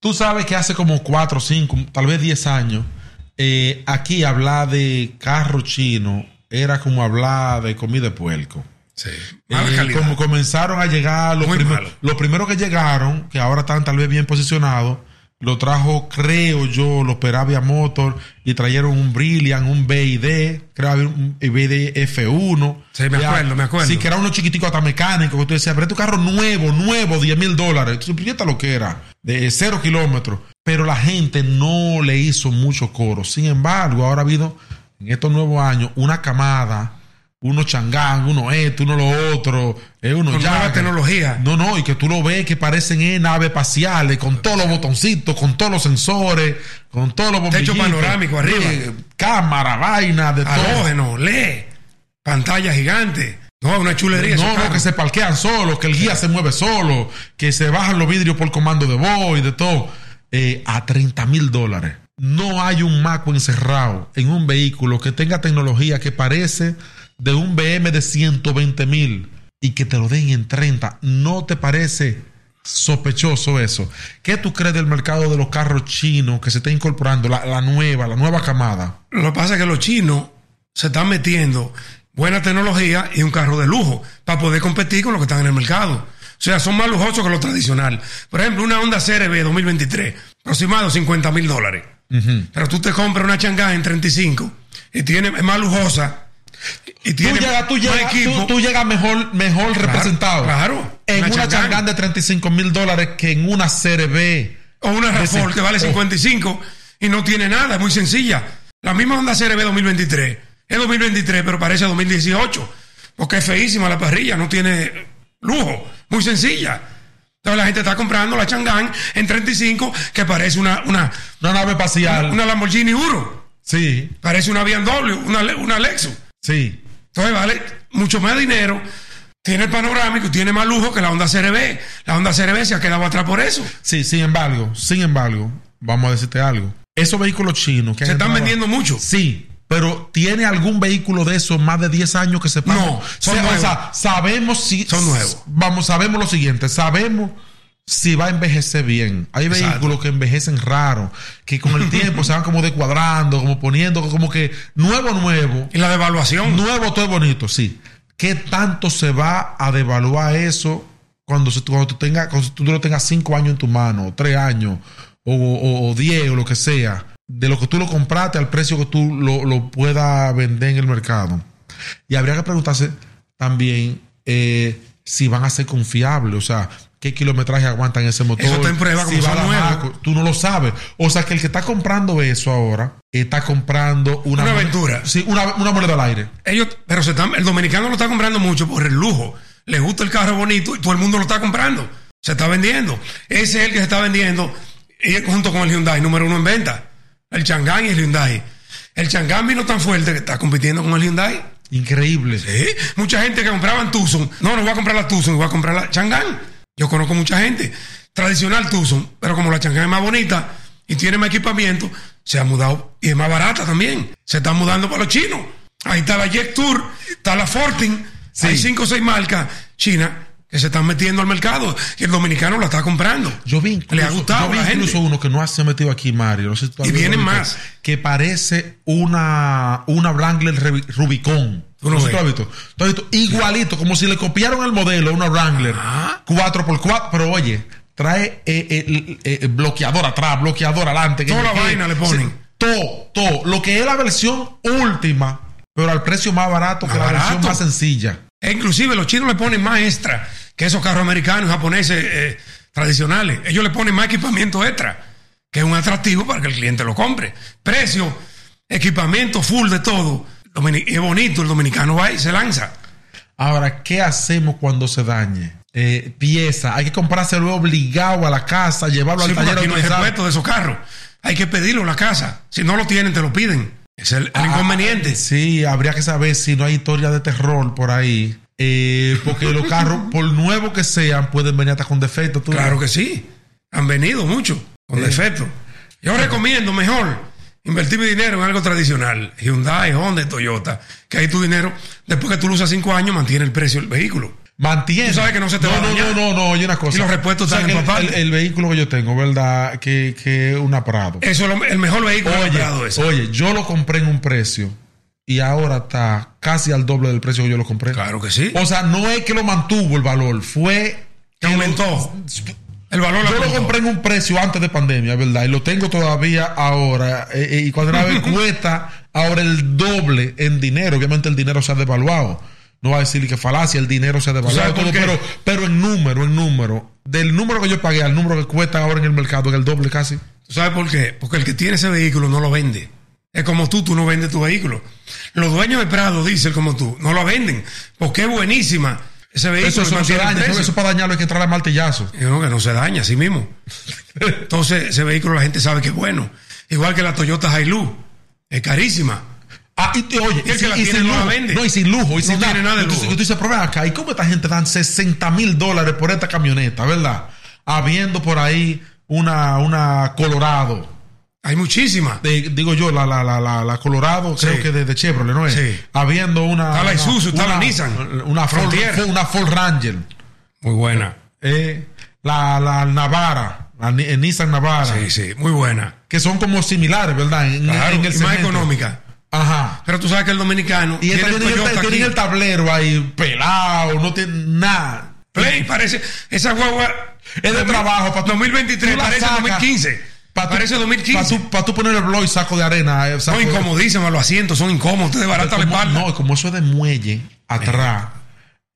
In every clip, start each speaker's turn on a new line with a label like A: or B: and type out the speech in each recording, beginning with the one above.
A: Tú sabes que hace como 4, 5, tal vez 10 años, eh, aquí hablar de carro chino era como hablar de comida de puerco.
B: Sí. Mala
A: Eh,
B: Ah, calidad.
A: como comenzaron a llegar, los,
B: Muy
A: primer-
B: malo.
A: los primeros que llegaron, que ahora están tal vez bien posicionados, lo trajo, creo yo, los Peravia Motor y trajeron un Brilliant, un BID, creo que había un BID F1.
B: Sí, me
A: Ya,
B: acuerdo, me acuerdo.
A: Sí, Eh, que era uno chiquitico hasta mecánico, que tú decías, pero tu carro nuevo, nuevo, 10 mil dólares. Tú dices, "Pero esta lo que era, de cero kilómetros. Pero la gente no le hizo mucho coro. Sin embargo, ahora ha habido en estos nuevos años una camada, uno changán, uno esto, uno lo otro, eh, uno
B: Con
A: ya.
B: nueva tecnología.
A: No, no, y que tú lo ves que parecen eh, naves espaciales, con todos los botoncitos, con todos los sensores, con todos los
B: Techo
A: bombillitos. eh,
B: panorámico arriba.
A: cámara, vaina, de todo.
B: Halógeno, lee. E, Pantalla gigante. No, una chulería. ese
A: No, no,
B: carro.
A: que se parquean solos, que el guía se mueve solo, que se bajan los vidrios por comando de voz y de todo. Eh, a 30 mil dólares. No hay un maco encerrado en un vehículo que tenga tecnología que parece de un BM de 120 mil y que te lo den en 30. ¿No te parece sospechoso eso? ¿Qué tú crees del mercado de los carros chinos que se está incorporando, la, la nueva, la nueva camada?
B: Lo que pasa es que los chinos se están metiendo buena tecnología y un carro de lujo para poder competir con los que están en el mercado. O sea, son más lujosos que lo tradicional. Por ejemplo, una Honda CRB 2023, aproximado 50 mil dólares. Pero tú te compras una Chang'an en 35 y tiene, es más lujosa. Y
A: Tú
B: tiene
A: llegas, tú
B: más
A: llegas, tú,
B: equipo.
A: tú llegas mejor, mejor representado.
B: claro.
A: En
B: Una
A: una,
B: Chang'an.
A: Chang'an de 35 mil dólares que en una CRB.
B: O una
A: Ese- Eh.
B: RAV4 que vale 55 y no tiene nada, es muy sencilla. La misma Honda CRB 2023. Es 2023, pero parece 2018. Porque es feísima la parrilla, no tiene lujo, muy sencilla. Entonces la gente está comprando la Chang'an en 35 que parece una, una,
A: Una nave espacial.
B: una Lamborghini Uro.
A: Sí,
B: Parece una BMW, una, Le- una Lexus.
A: sí.
B: Entonces vale mucho más dinero. Tiene el panorámico, tiene más lujo que la Honda CRB. La Honda CRB se ha quedado atrás por eso.
A: Sí, sin embargo, sin embargo, vamos a decirte algo. Esos vehículos chinos que
B: Se
A: han
B: están
A: entrado-
B: vendiendo mucho.
A: Sí, pero ¿tiene algún vehículo de esos más de 10 años que sepamos?
B: No, son
A: O sea,
B: nuevos.
A: o sea, sabemos si.
B: Son nuevos.
A: Vamos, sabemos lo siguiente: sabemos si va a envejecer bien. Hay
B: Exacto.
A: vehículos que envejecen raro, que con el tiempo se van como descuadrando, como poniendo, como que nuevo, nuevo.
B: Y la devaluación.
A: Nuevo, todo es bonito, sí. ¿Qué tanto se va a devaluar eso cuando, se, cuando, tú, tenga, cuando tú lo tengas cinco años en tu mano, o tres años, o, o, o diez, o lo que sea, de lo que tú lo compraste al precio que tú lo, lo puedas vender en el mercado? Y habría que preguntarse también eh, si van a ser confiables, o sea, qué kilometraje aguantan ese motor.
B: Eso está en prueba,
A: si
B: como
A: va
B: son
A: a la
B: nuevos.
A: marca, Tú no lo sabes. O sea, que el que está comprando eso ahora está comprando una,
B: Una aventura.
A: Sí, una, una moneda al aire.
B: Ellos, pero se están, el dominicano lo está comprando mucho por el lujo. Le gusta el carro bonito y todo el mundo lo está comprando. Se está vendiendo. Ese es el que se está vendiendo y junto con el Hyundai, número uno en venta. El Chang'an y el Hyundai. El Chang'an vino tan fuerte que está compitiendo con el Hyundai.
A: Increíble.
B: ¿Eh? Mucha gente que compraban Tucson. No, no voy a comprar la Tucson, voy a comprar la Chang'an. Yo conozco mucha gente. Tradicional Tucson, pero como la Chang'an es más bonita y tiene más equipamiento, se ha mudado y es más barata también. Se está mudando para los chinos. Ahí está la Jet Tour, está la Fortin. Hay cinco o seis marcas chinas que que se están metiendo al mercado y el dominicano la está comprando.
A: Yo vi incluso,
B: Le ha gustado
A: yo vi
B: a la gente.
A: incluso uno que no se ha metido aquí, Mario. No sé si tú has
B: Y
A: visto
B: vienen
A: ahorita,
B: más.
A: Que parece una, una Wrangler Revi- Rubicon.
B: Tú no
A: No sé si tú
B: ves.
A: has visto. Tú has visto Igualito, como si le copiaron el modelo a una Wrangler.
B: Ah.
A: 4x4, pero oye, trae eh, eh, eh, eh, bloqueador atrás, bloqueador adelante. que
B: Toda
A: yo
B: la
A: qué.
B: vaina le ponen.
A: Sí, todo, todo. Lo que es la versión última, pero al precio más barato
B: Más
A: que la versión
B: barato.
A: más sencilla.
B: E inclusive los chinos le ponen más extra que esos carros americanos y japoneses eh, tradicionales. Ellos le ponen más equipamiento extra, que es un atractivo para que el cliente lo compre. Precio, equipamiento full de todo. Domini- Es bonito, el dominicano va y se lanza.
A: Ahora, ¿qué hacemos cuando se dañe? Eh, pieza, hay que comprárselo obligado a la casa, llevarlo
B: Sí,
A: al
B: porque
A: taller
B: aquí no hay
A: autorizado.
B: repuesto de esos carros. Hay que pedirlo en la casa. Si no lo tienen, te lo piden. Es el, el
A: Ah,
B: inconveniente.
A: Sí, habría que saber si no hay historia de terror por ahí. Eh, porque los carros, por nuevos que sean, pueden venir hasta con defectos. tú.
B: Claro que sí. Han venido mucho con defecto. Yo recomiendo mejor invertir mi dinero en algo tradicional. Hyundai, Honda, Toyota. Que ahí tu dinero, después que tú lo usas cinco años, mantiene el precio del vehículo.
A: Mantiene.
B: Tú sabes que no se te
A: no,
B: va a
A: no,
B: dañar.
A: No, no, no, oye una cosa.
B: Y los repuestos
A: O sea,
B: están en
A: que
B: tu
A: el, el,
B: parte.
A: el vehículo que yo tengo, ¿verdad? Que que es una Prado.
B: Eso es lo- el mejor vehículo
A: Oye,
B: comprado ese.
A: oye, yo lo compré en un precio y ahora está casi al doble del precio que yo lo compré.
B: Claro que sí.
A: O sea, no es que lo mantuvo el valor, fue
B: Te aumentó. El valor
A: Yo lo
B: aumentó.
A: compré en un precio antes de pandemia, ¿verdad? Y lo tengo todavía ahora. Eh, eh, y cuando la vez cuesta ahora el doble en dinero. Obviamente el dinero se ha devaluado. No va a decir que falacia, el dinero se ha devaluado.
B: ¿Tú sabes
A: todo,
B: por qué?
A: pero, pero en número, en número. Del número que yo pagué al número que cuesta ahora en el mercado, en el doble casi.
B: ¿Tú sabes por qué? Porque el que tiene ese vehículo no lo vende. Es como tú, tú no vendes tu vehículo. Los dueños de Prado, diésel como tú, no lo venden. Porque es buenísima ese vehículo.
A: Eso,
B: y
A: eso no se
B: mantiene el
A: daña. Eso,
B: precio.
A: eso para dañarlo hay que entrar a martillazo.
B: Y no, que no se daña a sí mismo. Entonces, ese vehículo la gente sabe que es bueno. Igual que la Toyota Hilux. Es carísima.
A: Ah, y, y oye,
B: Y el que la
A: y
B: tiene
A: sin
B: no la
A: lujo.
B: vende.
A: No, y sin lujo. Y sin
B: No tiene nada de
A: Y tú-
B: lujo.
A: Y tú dices, pero ven acá, ¿y cómo esta gente dan 60 mil dólares por esta camioneta, verdad? Habiendo por ahí una, una Colorado.
B: Hay muchísimas.
A: De- digo yo, la, la, la, la, la Colorado,
B: Sí.
A: creo que de, de Chevrolet, ¿no es?
B: Sí.
A: Habiendo una.
B: Está la
A: una-
B: Isuzu, está la
A: una-
B: Nissan.
A: Una Ford,
B: Frontier.
A: Ford- una Ford Ranger.
B: Muy buena.
A: eh, la, la Navara. La Ni- eh, Nissan Navara.
B: Sí, sí, muy buena.
A: Que son como similares, ¿verdad? En,
B: Claro, y más
A: segmento.
B: económica.
A: Ajá.
B: Pero tú sabes que el dominicano
A: Y
B: tiene
A: esta
B: el
A: tiene,
B: Toyota
A: el, tiene
B: aquí.
A: el tablero ahí pelado, no tiene nada.
B: Play parece, esa guagua
A: Es de trabajo. pa' tú-
B: 2023,
A: tú la
B: parece
A: sacas,
B: 2015.
A: pa' tú-
B: Parece 2015.
A: Para tú, pa' tú poner el blog y saco de arena. eh, saco
B: Son
A: de-
B: incomodísimas los asientos, son incómodos, te desbarata la
A: como-
B: espalda.
A: No, como eso es de muelle atrás.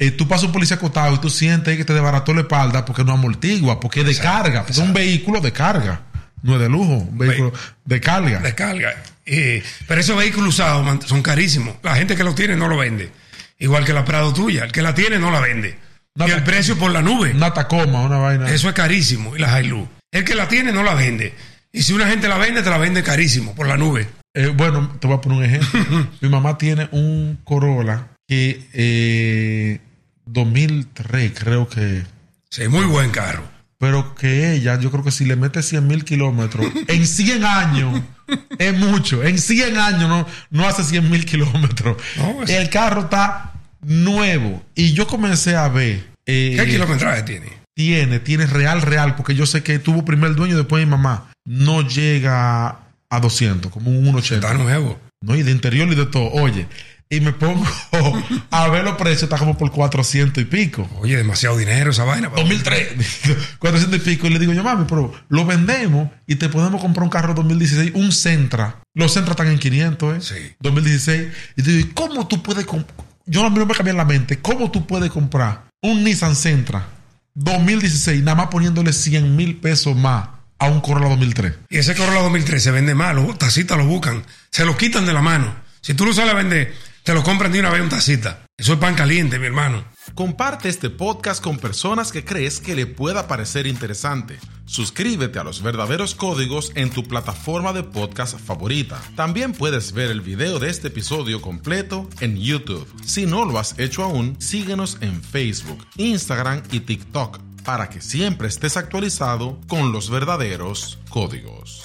A: eh, tú pasas un policía acotado y tú sientes que te desbarató la espalda porque no amortigua, porque es de carga, porque es un vehículo de carga, no es de lujo, un vehículo de carga.
B: Descarga. Eh, pero esos vehículos usados man, son carísimos. La gente que los tiene no lo vende. Igual que la Prado tuya, el que la tiene no la vende.
A: No,
B: y el
A: no.
B: precio por la nube,
A: Una tacoma, una vaina.
B: eso es carísimo. Y la Hilux, el que la tiene no la vende. Y si una gente la vende, te la vende carísimo por la nube.
A: Eh, bueno, te voy a poner un ejemplo. Mi mamá tiene un Corolla que eh, 2003 creo que,
B: Sí, muy buen carro.
A: pero que ella, yo creo que si le mete 100 mil kilómetros en 100 años, es mucho. En 100 años no, no hace 100 mil kilómetros.
B: No, es-
A: El carro está nuevo y yo comencé a ver. eh,
B: ¿Qué kilometraje tiene?
A: tiene, tiene real, real, porque yo sé que tuvo primer dueño después mi mamá. No llega a 200, como un 180.
B: Está nuevo.
A: No, y de interior y de todo. Oye, y me pongo a ver los precios, está como por 400 y pico.
B: Oye, demasiado dinero esa vaina.
A: 2003, 400 y pico. Y le digo yo, mami, pero lo vendemos y te podemos comprar un carro 2016, un Centra. Los Centra están en 500, ¿eh?
B: Sí.
A: 2016. Y te digo, ¿y ¿cómo tú puedes comprar? Yo a mí no me cambié la mente. ¿Cómo tú puedes comprar un Nissan Centra 2016, nada más poniéndole 100 mil pesos más a un Corolla 2003?
B: Y ese Corolla 2003 se vende mal, los tacitas lo buscan, se lo quitan de la mano. Si tú lo sales a vender, te lo compran de una vez un tacita. Eso es pan caliente, mi hermano.
C: Comparte este podcast con personas que crees que le pueda parecer interesante. Suscríbete a los verdaderos códigos en tu plataforma de podcast favorita. También puedes ver el video de este episodio completo en YouTube. Si no lo has hecho aún, síguenos en Facebook, Instagram y TikTok para que siempre estés actualizado con los verdaderos códigos.